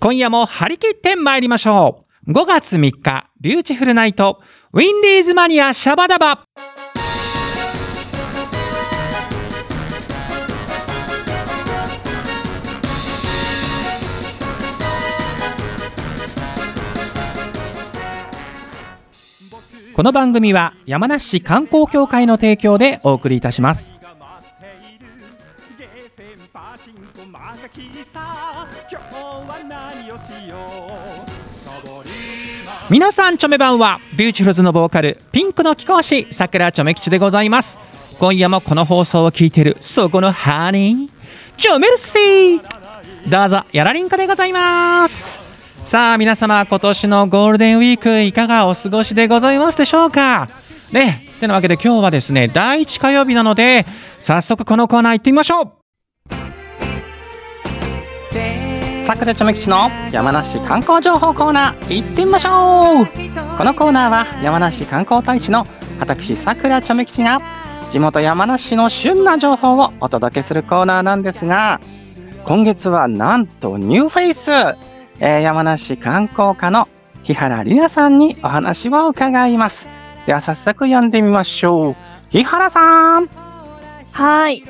今夜も張り切って参りましょう。5月3日、ビューティフルナイト、ウィンディーズマニアシャバダバ。この番組は山梨市観光協会の提供でお送りいたします。ゲーセンパチンコマガキさ今日は何をしようサボリーマ皆さんチョメ版はビューチフルズのボーカルピンクの貴公子さくらちょめ吉でございます今夜もこの放送を聞いてるそこのハニーチョメルシーどうぞやらりんかでございますさあ皆様今年のゴールデンウィークいかがお過ごしでございますでしょうかねてなわけで今日はですね第1火曜日なので早速このコーナー行ってみましょうさくらちょめ吉の山梨観光情報コーナー行ってみましょうこのコーナーは山梨観光大使の私さくらちょめ吉が地元山梨の旬な情報をお届けするコーナーなんですが今月はなんとニューフェイス、えー山梨観光課の日原里奈さんにお話を伺いますでは早速読んでみましょう日原さんはい。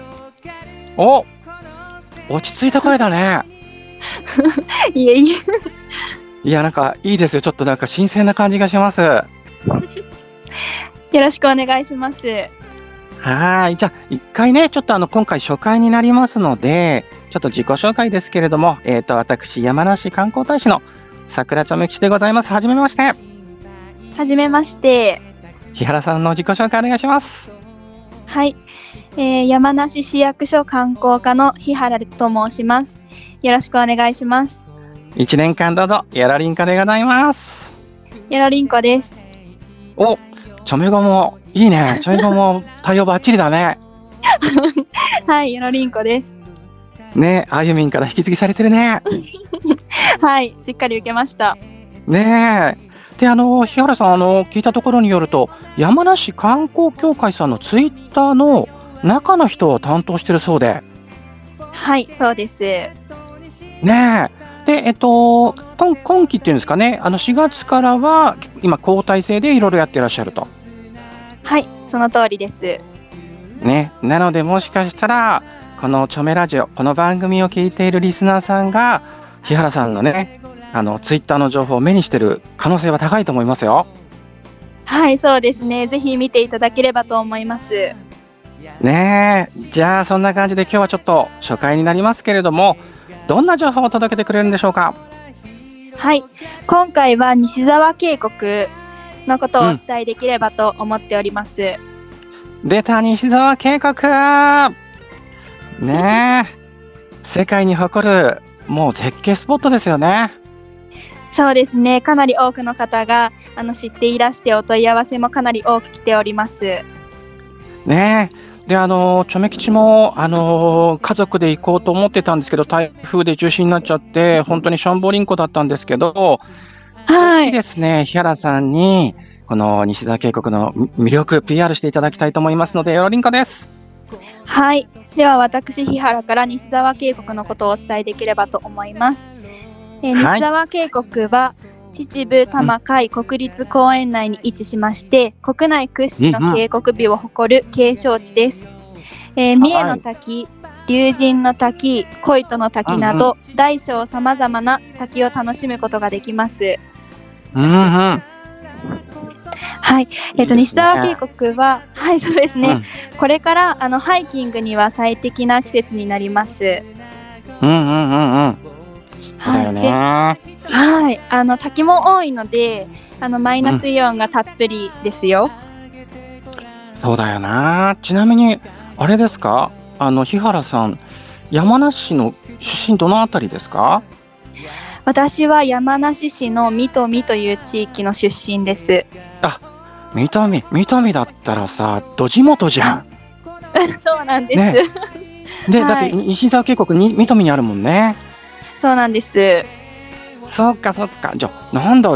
お落ち着いた声だねいえいえ。いやなんかいいですよちょっとなんか新鮮な感じがしますはよろしくお願いします。ーいじゃあ一回ねちょっとあの今回初回になりますのでちょっと自己紹介ですけれどもえっ、と私山梨観光大使の桜ちょめ吉でございますはじめましてはじめまして。日原さんの自己紹介お願いしますはい。えー山梨市役所観光課の日原と申します。よろしくお願いします。一年間どうぞやらりんかでございますやろりんこです。おちょめごもいいねちょめごも対応バッチリだねはい、やろりんこです。ねあゆみんから引き継ぎされてるねはい、しっかり受けました。ねえ。で、あの、日原さん、あの、聞いたところによると、山梨観光協会さんのツイッターの中の人を担当してるそうで、はい、そうです。ねえ。で、えっと、今今期っていうんですかね、あの4月からは、今、交代制でいろいろやってらっしゃると。はい、その通りです。ね。なので、もしかしたら、このチョメラジオ、この番組を聞いているリスナーさんが、日原さんのね、あの、ツイッターの情報を目にしてる可能性は高いと思いますよ。はい、そうですね。ぜひ見ていただければと思います。ねえじゃあそんな感じで今日はちょっと初回になりますけれどもどんな情報を届けてくれるんでしょうかはい、今回は西沢渓谷のことをお伝えできればと思っております。出た西沢渓谷ねえ世界に誇るもう絶景スポットですよねそうですね、かなり多くの方があの知っていらしてお問い合わせもかなり多く来ております。ねえであのチョメ吉もあの家族で行こうと思ってたんですけど台風で中止になっちゃって本当にしょんぼりんこだったんですけどはぜひい、ですね、日原さんに、この西沢渓谷の魅力、PR していただきたいと思いますので、よろりんこです。はい、では私、日原から西沢渓谷のことをお伝えできればと思います。えーはい西沢渓谷は秩父多摩海国立公園内に位置しまして、国内屈指の渓谷美を誇る景勝地です。えー三重の滝、龍神の滝、小糸の滝など、大小さまざまな滝を楽しむことができます。うんうん。はい、えっと、いいで西すね沢渓谷は、はい、そうですね。うんこれから、あの、ハイキングには最適な季節になります。うんうんうんうん。そうだよでね。はい、あの、滝も多いので、あの、マイナスイオンがたっぷりですよ。そうだよな。ちなみに、あれですかあの、日原さん、山梨市の出身どのあたりですか私は山梨市の三富という地域の出身です。 三富、三富だったらさ、土地元じゃん。そうなんです。ねで、はいだって西沢渓谷に三富にあるもんね。そうなんです。そっかそっか。じゃあ、なんだ、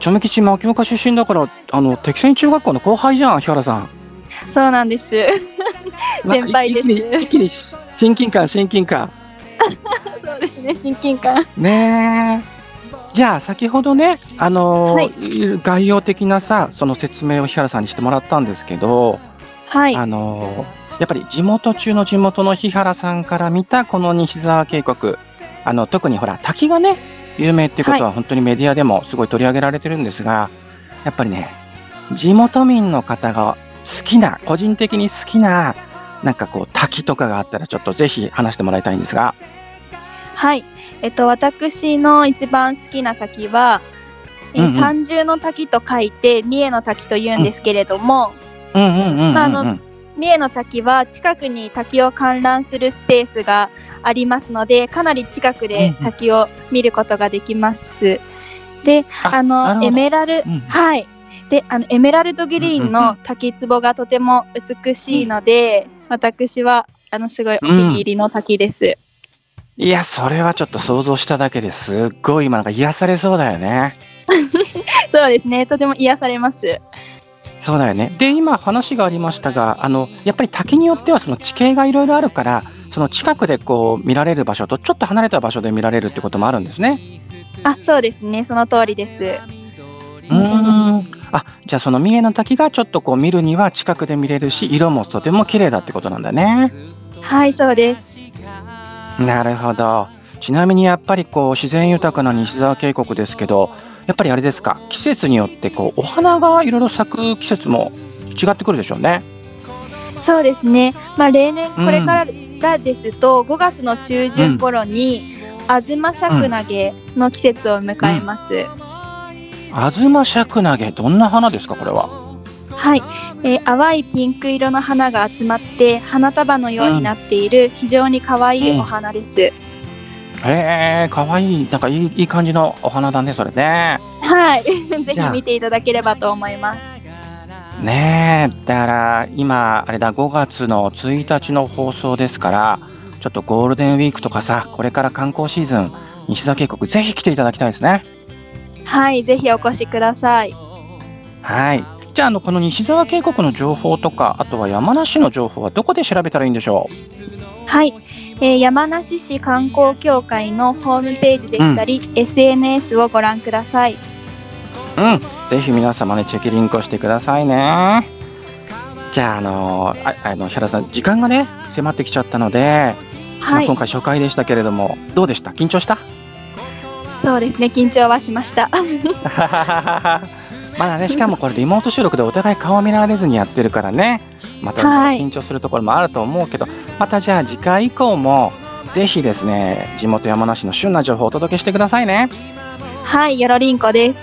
ちょめきち牧岡出身だから、あの、適正中学校の後輩じゃん、日原さん。そうなんです。先輩ですなんか一気に一気にし親近感親近感そうですね、親近感。ねえじゃあ先ほどね、あのーは概要的なさその説明を日原さんにしてもらったんですけど、はい。あのーやっぱり地元中の地元の日原さんから見たこの西沢渓谷あの特にほら滝がね有名っていうことは本当にメディアでもすごい取り上げられてるんですが、やっぱりね地元民の方が好きな個人的に好きななんかこう滝とかがあったらちょっとぜひ話してもらいたいんですが。はい。えっと、私の一番好きな滝は、えうんうん三重の滝と書いて、三重の滝と言うんですけれども、うんうんうんうんうんまああの三重の滝は近くに滝を観覧するスペースがありますので、かなり近くでうんうん滝を見ることができます。で、ああなるほの、どエメラル、うんはい。で、あの、エメラルドグうリーンんうんうの滝壺がとても美しいので、私は、あの、すごいお気に入りの滝です。いや、それはちょっと想像しただけですっごい今なんか癒されそうだよね。そうですね。とても癒されます。そうだよね。で、今話がありましたが、あの、やっぱり滝によってはその地形がいろいろあるから、その近くでこう見られる場所とちょっと離れた場所で見られるってこともあるんですね。あ、そうですね。その通りです。うーん。あ、じゃあその三重の滝がちょっとこう見るには近くで見れるし、色もとても綺麗だってことなんだね。はい、そうです。なるほど。ちなみにやっぱりこう自然豊かな西沢渓谷ですけど、やっぱりあれですか、季節によってこうお花がいろいろ咲く季節も違ってくるでしょうね。そうですね。まあ、例年うんこれからですと、5月の中旬頃に、あずましゃくなげの季節を迎えます。アズマシャクナゲ、どんな花ですか、これは。はい、えー淡いピンク色の花が集まって花束のようになっている非常に可愛いお花です。へえ、かわいい、なんかいいいい感じのお花だね、それね。はい、 ぜじゃひあ見ていただければと思います。ねえ、だから今、あれだ、5月の1日の放送ですから、ちょっとゴールデンウィークとかさ、これから観光シーズン、西沢渓谷、ぜひ来ていただきたいですね。はい、ぜひお越しください。はい。じゃあ、あの、この西沢渓谷の情報とか、あとは山梨の情報はどこで調べたらいいんでしょはい、えー山梨市観光協会のホームページでしたり、SNS をご覧ください。ううん。ぜひ皆様ね、チェキリンクをしてくださいね。じゃあ、あのあ、あの、平田さん、時間がね、迫ってきちゃったので、まはあい今、回初回でしたけれども、どうでした緊張 したそうですね、緊張はしました。 まだね、しかもこれリモート収録でお互い顔見られずにやってるからね、またはい緊張するところもあると思うけど、またじゃあ次回以降も、ぜひですね、地元山梨の旬な情報をお届けしてくださいね。はい、よろりんこです。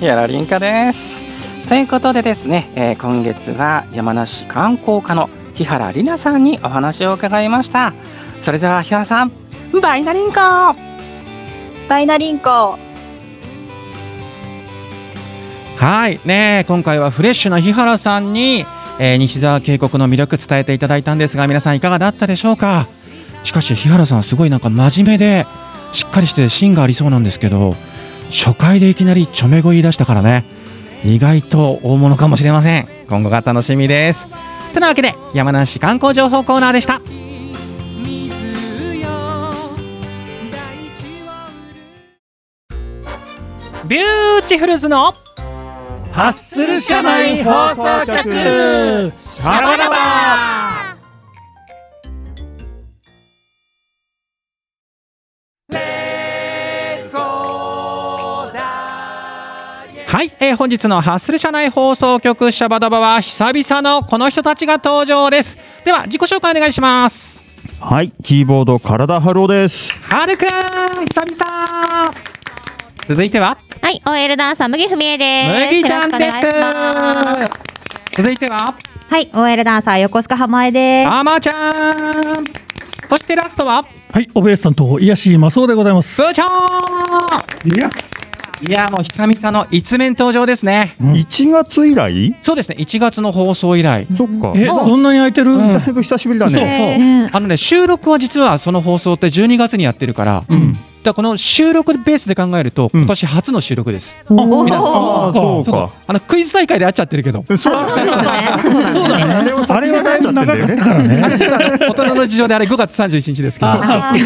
やらりんかです。ということでですね、えー今月は山梨観光課の日原里奈さんにお話を伺いました。それでは日原さん、バイナリンコバイナリンコ。はい、ねえ今回はフレッシュな日原さんに、えー西沢渓谷の魅力伝えていただいたんですが、皆さんいかがだったでしょうか。しかし日原さんすごいなんか真面目でしっかりして芯がありそうなんですけど、初回でいきなりちょめご言い出したからね、意外と大物かもしれません。今後が楽しみです。てなわけで山梨観光情報コーナーでした。水よ大地を潤ビューチフルズのハッスル社内放送局シャバダバレッツゴーだはい、えー本日のハッスル社内放送局シャバダバは久々のこの人たちが登場です。では自己紹介お願いします。はい、キーボード体ハローです。はるくん、久々。続いてははい、OL ダンサー、麦文枝です。麦ちゃんよろしくお願いしま。ですす。続いてははい、OL ダンサー横須賀浜江です。あまちゃん。そしてラストははい、オベース担当、癒しマスオでございます。すーちゃいや、ん。いやもう久々の一面登場ですね。 1月以来そうですね、1月の放送以来。そっか。え、まあそんなに空いてる、うんだいぶ久しぶりだね。そうそうあのね収録は実はその放送って12月にやってるから、だからこの収録ベースで考えるとうん今年初の収録です、お皆さんーああ、そうそうか。あのクイズ大会で会っちゃってるけどそうそうですね。そうだね。あれは先になっちゃってんだよね。 あれ大人の事情であれ5月31日ですけど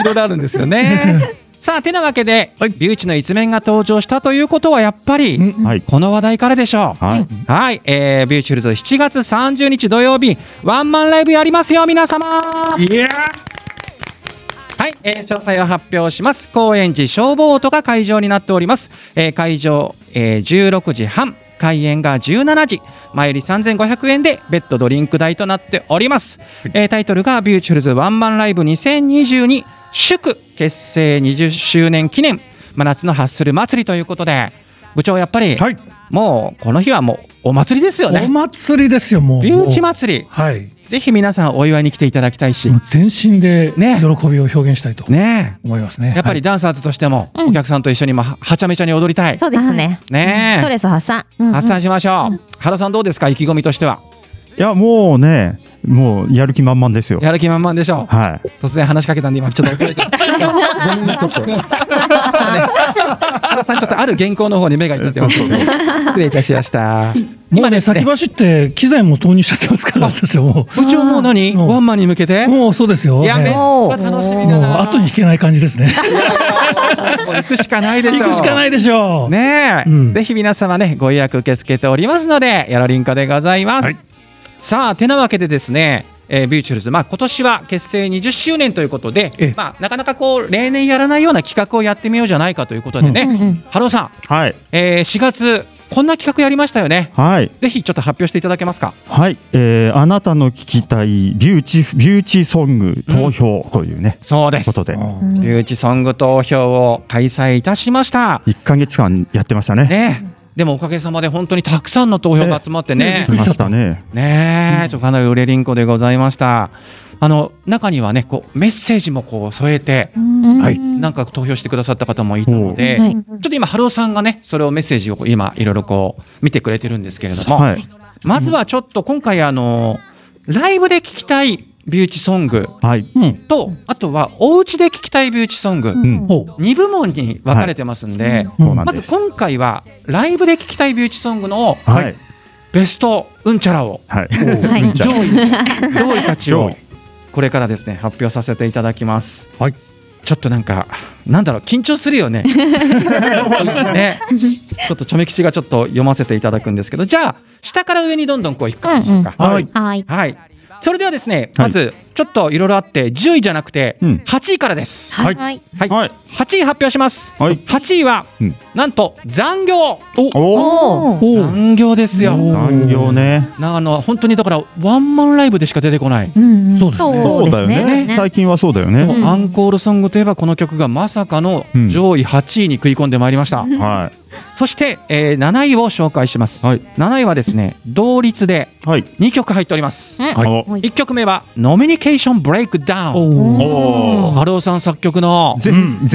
いろいろあるんですよねさあてなわけで、はいビューチの一面が登場したということはやっぱり、うんはい。この話題からでしょう。はい。はい、えー、ビューチフルズ7月30日土曜日ワンマンライブやりますよ皆様。いやはい、えー詳細を発表します。高円寺消防音が会場になっております。えー会場、えー16時半、開演が17時、前より3500円で別途ドリンク代となっております。えータイトルがビューチュルズワンマンライブ2022祝結成20周年記念真夏のハッスル祭りということで、部長やっぱり、はい。もうこの日はもうお祭りですよおね。祭りですよ、もう。ビューチ祭り、はい。ぜひ皆さんお祝いに来ていただきたいしも、う全身でね喜びを表現したいとねえ。思いますね。やっぱりダンサーズとしても、うんお客さんと一緒にもははちゃめちゃに踊りたい。そうですね。ストねレス発散。え、発散しましょう。原さんどうですか、意気込みとしては。いや、もうね、もうやる気満々ですよ。やる気満々でしょはう。突然話しかけたんで、今ちょっと遅れ て。い。ごめんなさい、ちょっと。原さんちょっとある原稿の方に目がいっちゃってますので。失礼いたしました。もうね、ですね先走って機材も投入しちゃってますから、私はも部長もう何、うんワンマンに向けてう。。もうそうですよ。いや、めっねちもゃ楽しみだうな。後に引けない感じですね。もう行くしかないでしょ行くしかないでしょう。ねえ、うんぜひ皆様ねご予約受け付けておりますのでやろりんこでございます、はいさあてなわけでですね、えー、ビューチュルズ、まあ、今年は結成20周年ということえでえ、まあ、なかなかこう例年やらないような企画をやってみようじゃないかということでね、ハローさん、はい。えー4月こんな企画やりましたよねはい。ぜひちょっと発表していただけますかはい。えーあなたの聞きたいビューチ、ビューチソング投票というね、そうでことで、うんビューチソング投票を開催いたしました1ヶ月間やってましたね。ねえでもおかげさまで本当にたくさんの投票が集まってねええやりましたね。ねえ、ちょっとかなり売れりんこでございました。あの中にはね、こうメッセージもこう添えて、はいなんか投票してくださった方もいたので、はちいょっと今春尾さんがね、それをメッセージをこう今いろいろこう見てくれてるんですけれども、はい。まずはちょっと今回あのライブで聞きたいビューチソングはい。うん。と、あとはお家で聞きたいビューチソング、うん。ほう。 2部門に分かれてますんで、そうなんまでずす。今回はライブで聞きたいビューチソングのはい。ベストうんちゃらをはい。はい うんじゃ上位 です上位たち上を位これからですね発表させていただきます。はいちょっとなんかなんだろう緊張するよ ね。ねちょっとちょめ吉がちょっと読ませていただくんですけど、じゃあ下から上にどんどんこういくか、うんうんははい。はい。い。それではですね、はまいずちょっといろいろあって10位じゃなくてうん8位からです。はいはい。はい。はい。 8位発表します。はい8位は、うんなんと残業。おお。おー。ほう。残業ですよ。お残業ね。なあの本当にだからワンマンライブでしか出てこない。うんそうですね。そうだよね。ね最近はそうだよね。うんアンコールソングといえばこの曲がまさかのうん上位8位に食い込んでまいりました、はそして、えー7位を紹介しますい。はい。 7位はですね同率ではい。 2曲入っておりますはいお1曲目は「ノミニケーションブレイクダウンおう。おお。」春尾さん作曲の前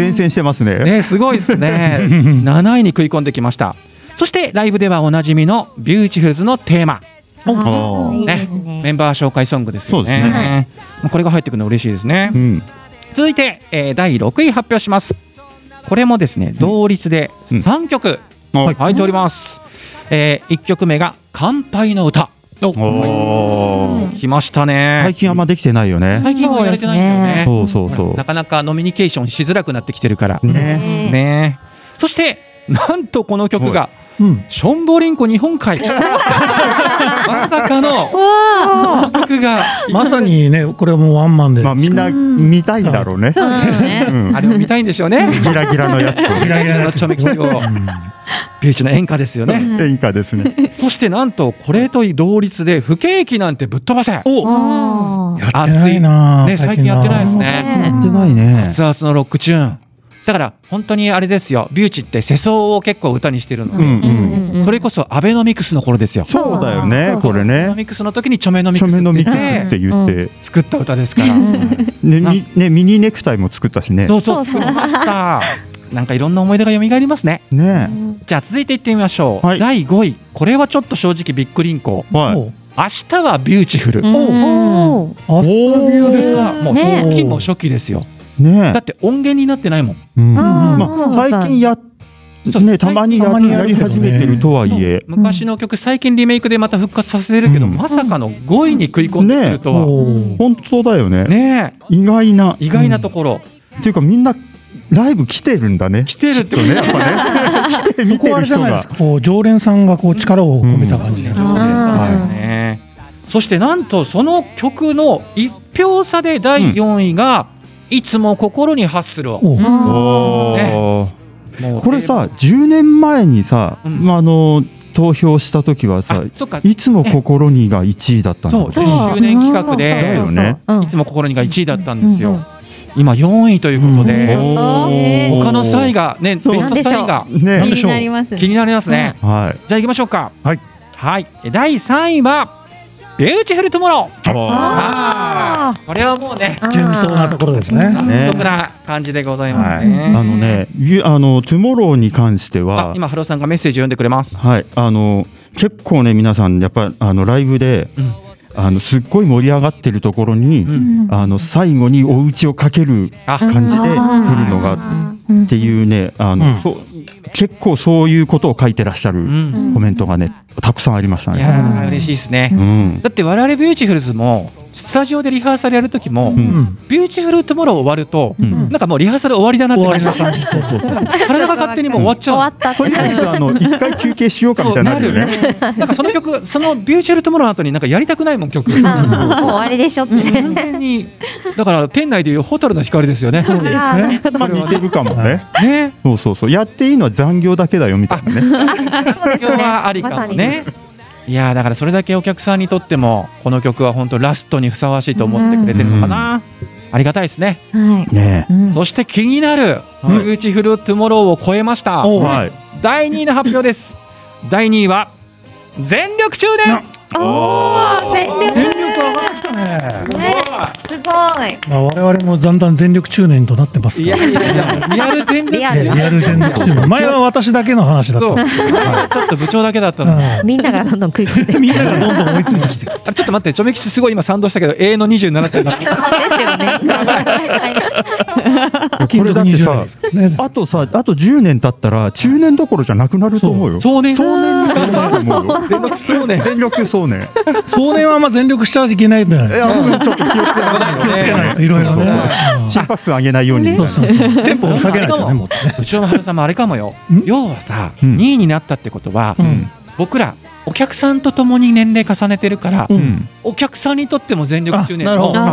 前線してますね。ねすごいですね 7位に食い込んできましたそしてライブではおなじみの「ビューティフルズ」のテーマおーねメンバー紹介ソングですよねそうですねまあこれが入ってくるの嬉しいですねうん。続いて、えー第6位発表しますこれもですね同率でうん3曲お入っております、え1曲目が「乾杯の歌おー」来ました最ね近あんまできてないよね。最近はやれてないんだよねそうそうそなかなかノミニケーションしづらくなってきてるからう。ねね。そしてなんとこの曲がうん。 「ションボリンコ日本 海」まさかのこの曲がまさにね、これはもうワンマンでま。あみんな見たいんだろうね。うんあれを見たいんでしょう ねギラギラのやつ をギラギラなちょめきをビューチの演歌ですよね演歌ですね。そしてなんとこれと同率で不景気なんてぶっ飛ばせおやってないなね最近やってないです。ねやってないね。熱々のロックチューンだから本当にあれですよビューチって世相を結構歌にしてるうの、んうん。それこそアベノミクスの頃ですよそうだよね、これアベノね。ミクスの時にチョメノミ署クス名のミクスっってて言って、作った歌ですからねみねミニネクタイも作ったしね。どうぞ作りましたなんかいろんな思い出が蘇りますねね。じゃあ続いていってみましょう、はい第5位これはちょっと正直びっくりんこはい。お明日はビューチフル、おあ、そういうですか。もうね初期も初期ですよねだっ。て音源になってないもんうんあーまそうだあ最近やそうねたまにやたまにややるけりどね始めてるとはいえ、昔の曲最近リメイクでまた復活させてるけど、うんまさかの5位に食い込んでくるとはおう本当だよね。ね意外なえ意外なところ、っていうかみんなライブ来てるんだね。来てるって ね。やっぱね。来て見そてこはあるれじ人ゃないですが。か。こう常連さんがこう力を込めた感じで。はねそしてなんとその曲の1票差で第4位が、いつも心に発するをい。おおーもうこれさ、10年前にさ、まああの投票した時はさそっか、いつも心にが1位だったんだそうよね。 20年企画だでよね。いつも心にが1位だったんですよ、今4位ということで、おー他の3位がねベスト3位がね気になります。気になりますね、はい。じゃあ行きましょうかはいはいえ第3位はビューティフルトゥモローあこれはもうね順当なところですね。独ね特な感じでございまはすい、ね、あのね、ゆあのトゥモローに関してあは、今ハローさんがメッセージ読んでくれますはい、あの結構ね皆さんやっぱあのライブで、うんあのすっごい盛り上がってるところに、んあの最後にお家をかけるあ感じで来るのがっていうね、あの、うんそう結構そういうことを書いてらっしゃうるんコメントがねたくさんありましたいね。やー嬉しいですね、うん、だって我々ビューティフルズもスタジオでリハーサルやる時も、うんうん。ビューティフルトゥモロー終わると、うんなんかもうリハーサル終わりだなって終わ感りじな感 じ。体が勝手にもう終わっちゃう終のわったってとりあえずあの一回休憩しようかみたいになるよね。ね。なんかその曲、そのビューチュアルトゥモローの後になんかやりたくないもん曲。あーもう終わりでしょって。完全にだから店内でいうホタルの光ですよね。あーなるほどまあ似てるかもね。ね、そうそうそう。やっていいのは残業だけだよみたいなね。それはありかもね。いやーだからそれだけお客さんにとってもこの曲は本当ラストにふさわしいと思ってくれてるのかな。ありがたいですね。はい。ねえ。そして気になるうん「ビューチフルトゥモロー」を超えました。おはい。第2位の発表です。 第2位は全力中年。おお、全力。全力上がってきたね。すごい。まあ我々もだんだん全力中年となってます いやから。いやいや、リアル全力リアええル。リアル全力中 年。前は私だけの話だったと、うん。ちょっと部長だけだったのに。あみんながどんどん食いついてる。どんどん追いつきまして。あれちょっと待って、ちょめきちすごい今賛同したけど、永遠の27歳にな ってる。ですよね。はいこれだってさねあとさ、あと10年経ったら中年どころじゃなくなると思うよ。そうね。壮年になると思うよ。全力そうね。全力壮年。壮年はあんま全力しちゃいけないんだよいね。や、僕ちょっと気をつけないと。気をつけないといろいろねそうそうそう心拍数上げないようにみたいそうな。そうそう。テンポを下げないとね、もっとね。部長の原さんもあれかもよん。要はさ、うん2位になったってことは、うん僕ら、お客さんと共に年齢重ねてるから、うん。お客さんにとっても全力中年あなるほのど僕に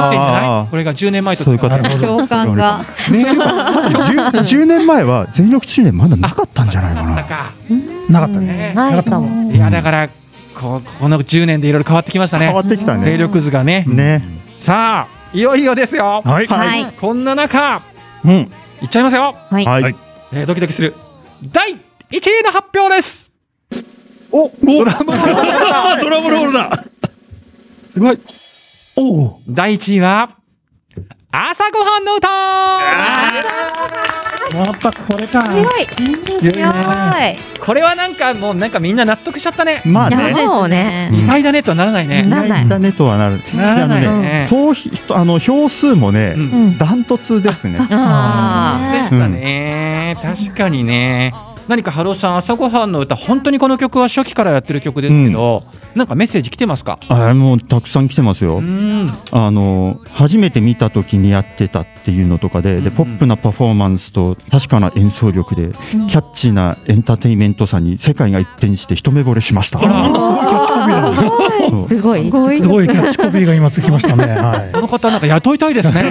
なってんじゃあないーこれが10年前とそういうこと違うなるほど共感が。だって10 10年前は全力中年まだなかったんじゃないかだな。かなかったね。ねないかも。いや、だから、ここの10年でいろいろ変わってきました変わね。ってきた勢ね。力図がね。ね。さあ、いよいよですよ。はい。はい。こんな中、うん。いっちゃいますよ。はい。ははいい。えードキドキする第1位の発表ですお、ドラムロール。ドラムロールだ。すごい。おお。第1位は朝ごはんの歌やっぱこれか。強い。強い。やこれはなんかもうなんかみんな納得しちゃったねまあね。ばうね。意外だねとはならないねならないだねとはなる。ならないあのねね投票あの票数もねう、んんダントツですね。あでしたね確かにね何かハローさん朝ごはんの歌本当にこの曲は初期からやってる曲ですけど、なんかメッセージ来てますかあもうたくさん来てますよ。んあの初めて見た時にやってたっていうのとかで,、うんうでんポップなパフォーマンスと確かな演奏力で、キャッチーなエンターテインメントさに世界が一転して一目惚れしました。あらそうすごい。すごいキャッチコピーが今つきましたね。こはの方なんか雇いたいです ね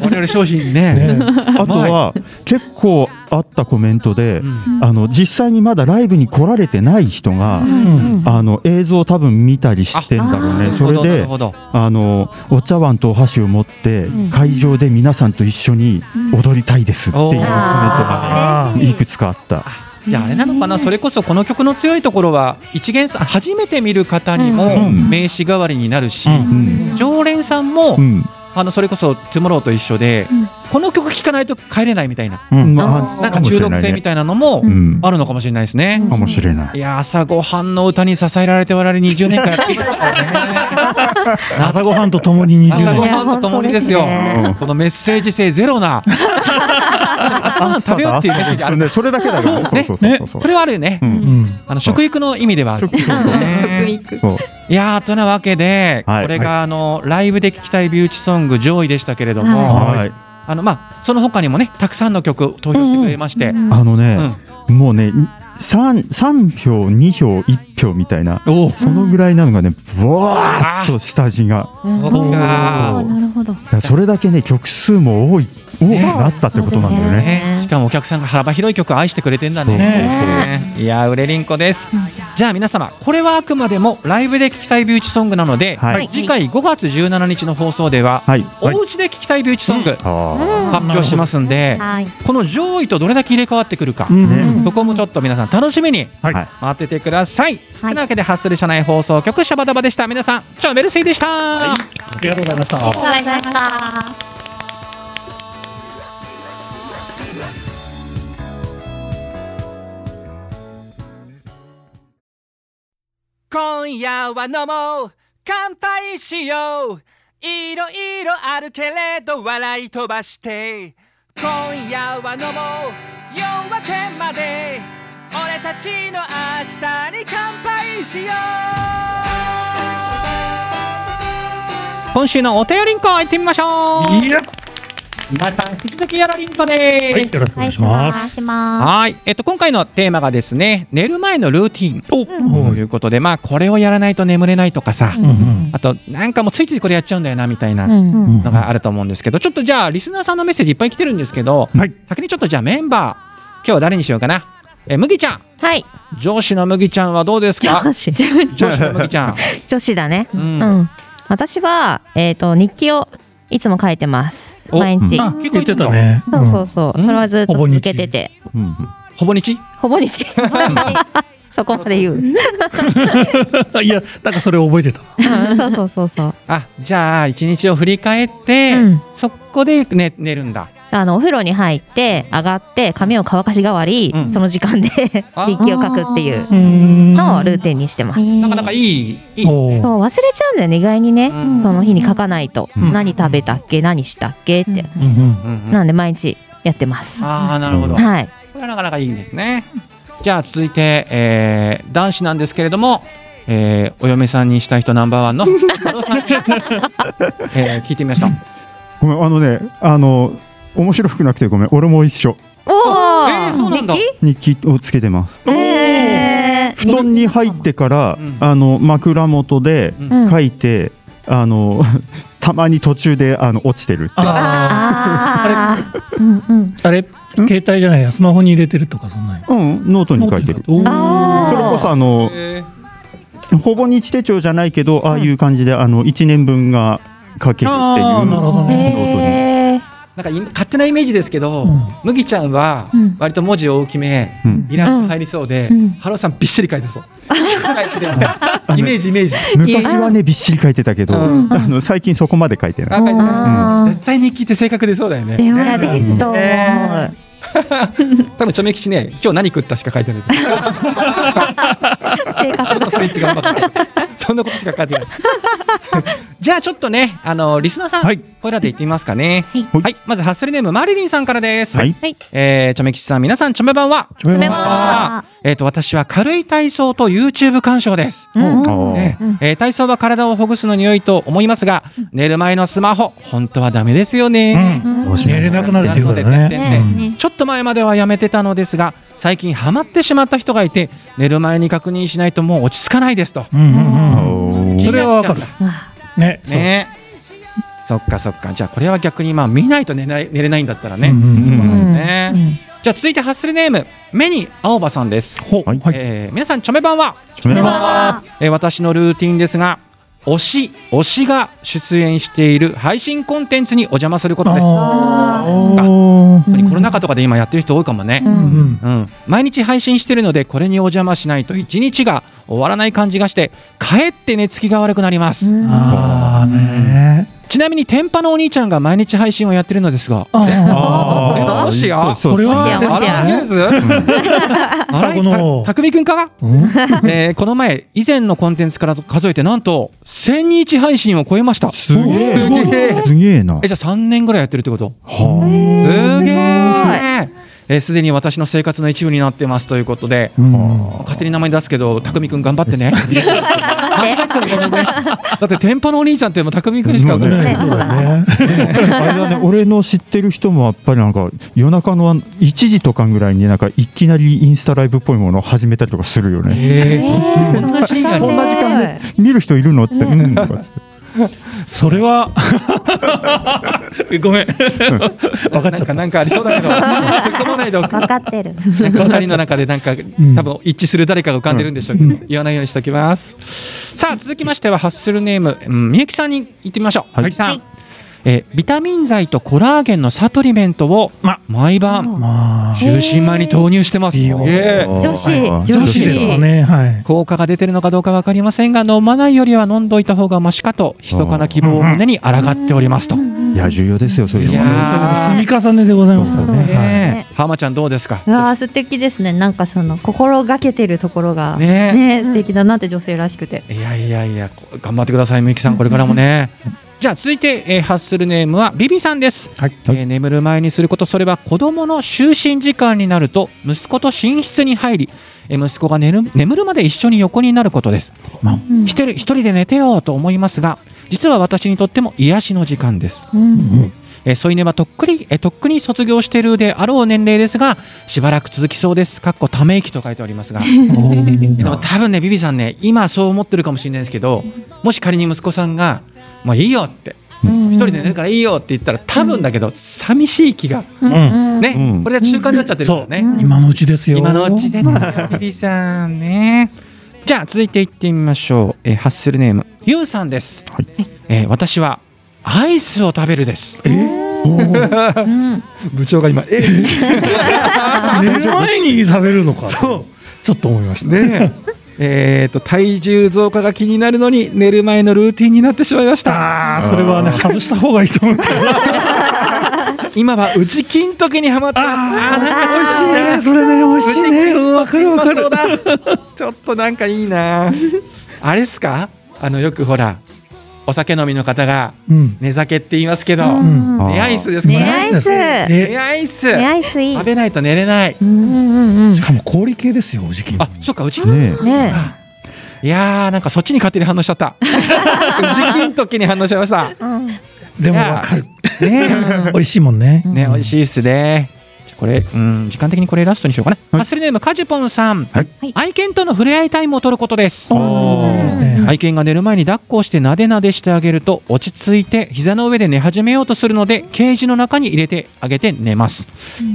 我々商品にい。ねね。あとは結構あったコメントで、うんあの実際にまだライブに来られてない人が、うん。あの映像を多分見たりしてんだろうね。それなるでほどあのお茶碗とお箸を持って、会場で皆さんと一緒に踊りたいですっていうコメントがあいくつかあった。じゃああれなのかな、それこそこの曲の強いところは一元さん初めて見る方にもうん名刺代わりになるし、うん常連さんも、うんあのそれこそ「TOMORROW」と一緒で、この曲聴かないと帰れないみたいな、うん、まあ、なんか中毒性みたたいなのもうん、あるのかもしれないですね。かもしれない。いや朝ごはんの歌に支えられて我々20年間やってきまし たからね朝ごはんとともに20朝ご年。はんとともにですよいや本当ですねこのメッセージ性ゼロ な朝ごはん食べようっていうメッセージあるね、それだけだからね。そうそうそうそうそれはあるよね、うんうん。あの食育の意味ではある食育ねそういやーとなわけで、はいこれはがあのライブで聴きたいビューチソング上位でしたけれども、はい。あのまあその他にもねたくさんの曲投票してくれまして、あのね、もうね、3, 3票、2票、1票みたいな、そのぐらいなのがね、ブワーッと下地が。そうかなるほど。だからそれだけね、曲数も多い、多くなったってことなんだよね。しかもお客さんが幅広い曲を愛してくれてんだねねいやー売れりんこです、じゃあ皆様これはあくまでもライブで聴きたいビューティーソングなので、はい次回5月17日の放送では、はい。お家で聴きたいビューティーソング、あ発表しますんで、はい。この上位とどれだけ入れ替わってくるか、ねそこもちょっと皆さん楽しみにはい待っててください。と、はいい、うわけで、ハッスル社内放送局、シャバダバでした。皆さん、チャンメルセイでした。ありがとうございました。ありがとうございました。今夜は飲もう乾杯しよういろいろあるけれど笑い飛ばして今夜は飲もう夜明けまで俺たちの明日に乾杯しよ今週のお手よりんこ、行ってみましょう。いや、皆さん、引き続きやらりんこではい、す。よろしくお願いします。しまはい、えっと、今回のテーマがですね、寝る前のルーティンということで、まあ、これをやらないと眠れないとかさ、あと、なんかもうついついこれやっちゃうんだよなみたいな。のがあると思うんですけど、ちょっとじゃあリスナーさんのメッセージいっぱい来てるんですけど、はい先にちょっとじゃあメンバー今日は誰にしようかなえ麦ちゃんす。はい。上司の麦ちゃんはどうですか女子。上司の麦ちゃん、女子だね。 ううんん。私は、えっと、日記をいつも書いてます。お毎日。あ、結言構いっっててたたね。そうそうそう。うんそれはずっとほぼ日続けてて。うんほぼ日ほぼ日。 そこまで言う。うんうん。いや、なんかそれ覚えてた。そうそうそうそう。あじゃあ一日を振り返って、うんそこで寝寝るんだあのお風呂に入って上がって髪を乾かし代わり、うんその時間で日あー記を書くっていううんのをルーティンにしてます。なかなかいいいい、おーそう忘れちゃうんだよね意外にね、うんその日に書かないと、うん何食べたっけ何したっけって、うんうん。うんうんなんで毎日やってます。はああなるほど、い。これはなかなかいいですね。じゃあ続いて、えー男子なんですけれども、えーお嫁さんにしたい人ナンバーワン の丸尾さんに、えー聞いてみました。ごめん、あのね、あの、面白くなくてごめん、俺も一緒。おお、えーそうなんだ日日記をつけてます。記え布団に入ってから、うんあの枕元でうんー、書いて、あの たまに途中であの落ちてるってああーうんうん。あ、あれ、携帯じゃないや、スマホに入れてるとか、そんなの。うんノートに書いてるおーそれこそあのえーほぼ日手帳じゃないけどああいう感じであの1年分が書けるっていうあーなるほどねえーなんかい勝手なイメージですけど、うん麦ちゃんはうん割と文字大きめ、うんイラスト入りそうで、うん春尾さんびっしり書いてそう。返しでイメージイメージ。昔はねびっしり書いてたけど、うんあの最近そこまで書いてあない、書いてあないー絶対日記って正確でそうだよね。電話でいいと思う。多分チョメキシね今日何食ったしか書いてない。正確スイーツ頑張って。そんなことしか書いてない。じゃあちょっとね、あのリスナーさん、はいこれらで言ってみますかね。ははいい、まずハッスルネームマリリンさんからです。はいえー、チョメキシさん、皆さんチョメ版は。ちょめメまモーあーえっ、と私は軽い体操と YouTube 鑑賞です。うんあーねえー体操は体をほぐすのに良いと思いますが、寝る前のスマホ本当はダメですよね。うん。寝れなくなるっていうことだてね。んてんてんちょっと前まではやめてたのですが最近ハマってしまった人がいて寝る前に確認しないともう落ち着かないですとうんうんうん。おーそれはわかる。ね。そうねそっかそっかじゃあこれは逆にまあ見ないと寝ない寝れないんだったらね,、うんうんうんうんねじゃあ続いてハッスルネーム目に青葉さんです、ほう。はいはい。えー皆さんチョメ版は、決めますはえー私のルーティンですが推し推しが出演している配信コンテンツにお邪魔することです本あーあ当にコロナ禍とかで今やってる人多いかもね、ー。うんうん、毎日配信してるのでこれにお邪魔しないと一日が終わらない感じがしてかえって寝つきが悪くなります、うん。ああね。ちなみに天パのお兄ちゃんが毎日配信をやってるのですがあえあ。もしやそうそうこれはもしやもしやあらニューズあらこのたくみくんか、えーこの前以前のコンテンツから数えてなんと1000日配信を超えましたすげえすげえすげえなえじゃあ3年ぐらいやってるってことはすげすごいえええーすでに私の生活の一部になってますということで、勝手に名前出すけど、たくみくん頑張って ね。だって、天パのお兄ちゃんって、もうたくみくんにしか。 ねそうだねあれだね、俺の知ってる人もやっぱりなんか夜中のあの1時とかぐらいになんかいきなりインスタライブっぽいものを始めたりとかするよね。そんなシーンがあるそんな時間で見る人いるのって、うんとかっつってそれはごめん分かっちゃなんったか、なんかありそうだけど。突っ込まないでおくわかってる。なんか二人の中でなんか、多分一致する誰かが浮かんでるんでしょうけど、言わないようにしておきます。さあ続きましてはハッスルネーム、うん、みゆきさんに行ってみましょう。はみいゆきさん、えービタミン剤とコラーゲンのサプリメントを毎晩まあ就寝前に投入してます。いいよすげえ女子はい女女子子ですかねはい効果が出てるのかどうかわかりませんが飲まないよりは飲んどいた方がマシかと密かな希望を胸に抗っておりますと。いや重要ですよ、そういういのやは。ー積み重ねでございますからねはいねえハマちゃんどうですか。うわあ素敵ですね。なんかその心がけてるところがねえね素敵だなって女性らしくて。いやいやいや、こ頑張ってください、みゆきさん、これからもね。じゃあ続いて、えーハッスルネームはビビさんです、はいえー眠る前にすることそれは子どもの就寝時間になると息子と寝室に入り、えー息子が寝る眠るまで一緒に横になることです、うん一人一人で寝てよと思いますが実は私にとっても癒しの時間ですうんえー添い寝はとっくり、えーとっくに卒業しているであろう年齢ですがしばらく続きそうですかっこため息と書いておりますが でも多分ねビビさんね今そう思ってるかもしれないですけどもし仮に息子さんが「もういいよ」って「一人で寝るからいいよ」って言ったら多分だけど寂しい気がね、うんこれが習慣になっちゃってるからね、今のうちですよ今のうちでねビビさんねじゃあ続いていってみましょう、えーハッスルネームゆうさんです、はいえー私はアイスを食べるです部長が今え寝る前に食べるのかちょっと思いましたねええーと体重増加が気になるのに寝る前のルーティンになってしまいました ああそれはね外した方がいいと思う今はうち金時にはまってますあーなんか美味しいねそれね 美味しいねうんわかるわかるちょっとなんかいいなあれっすかあのよくほらお酒飲みの方がうん寝酒って言いますけど、んあー寝アイスです寝ねアイス寝え寝アイスアイスいい食べないと寝れないしかも氷系ですよおじきあそっかうちねねいやーなんかそっちに勝手に反応しちゃった うち金時に反応しちゃいましたでもわかるね 美味しいもんねね、美味しいっすね。じゃあこれ、うん、時間的にこれラストにしようかな。ハッスルネームカジュポンさん、はい愛犬との触れ合いタイムを取ることです。そうですね愛犬が寝る前に抱っこをしてなでなでしてあげると落ち着いて膝の上で寝始めようとするのでケージの中に入れてあげて寝ます、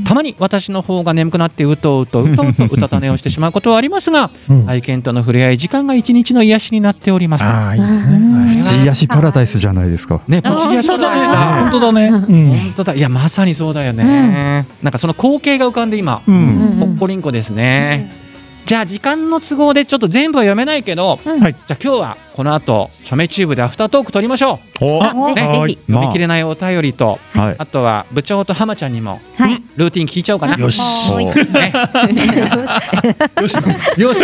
たまに私の方が眠くなってうとうとうとうとうたた寝をしてしまうことはありますがうん愛犬との触れ合い時間が一日の癒しになっておりますああいいですね地癒しパラダイスじゃないですか。ね、ポチリアショ本だ当だねうん本当だいやまさにそうだよね、なんかその光景が浮かんで今うん、ほっこりんこですね。じゃあ時間の都合でちょっと全部は読めないけど、はいじゃあ今日はこの後署名チューブでアフタートーク取りましょおう。ねぜひぜ読み切れないお便りと、はいあとは部長と浜ちゃんにもひはいルーティン聞いちゃおうかな。よしね、よし。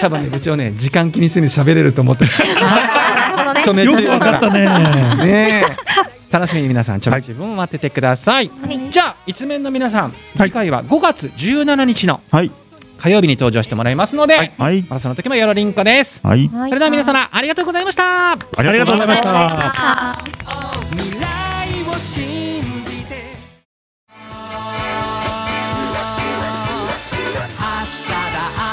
多分ね部長ね時間気にせずに喋れると思ってる。署名チよュくーブわかからったねねえ楽しみに皆さん、チョコチームを待っててください。じゃあ、一面の皆さん、次回は5月17日のはい火曜日に登場してもらいますので、はいまあその時もよろりんこです。はい、それでは皆様、ありがとうございました。ありがとうございました。未来を信じて朝だ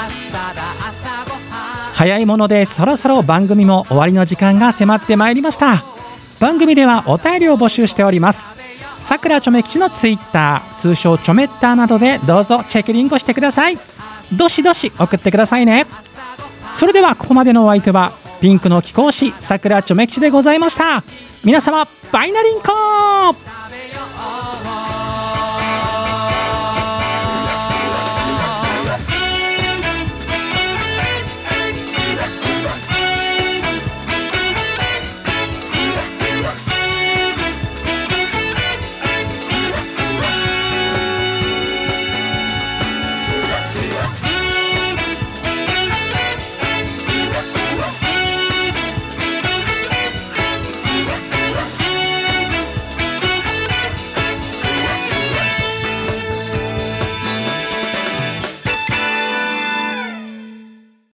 朝だ朝ごはん早いものでそろそろ番組も終わりの時間が迫ってまいりました番組ではお便りを募集しておりますさくらちょめ吉のツイッター通称ちょめッターなどでどうぞチェックリンクしてくださいどしどし送ってくださいねそれではここまでのお相手はピンクの貴公子さくらちょめ吉でございました皆様バイナリンコ「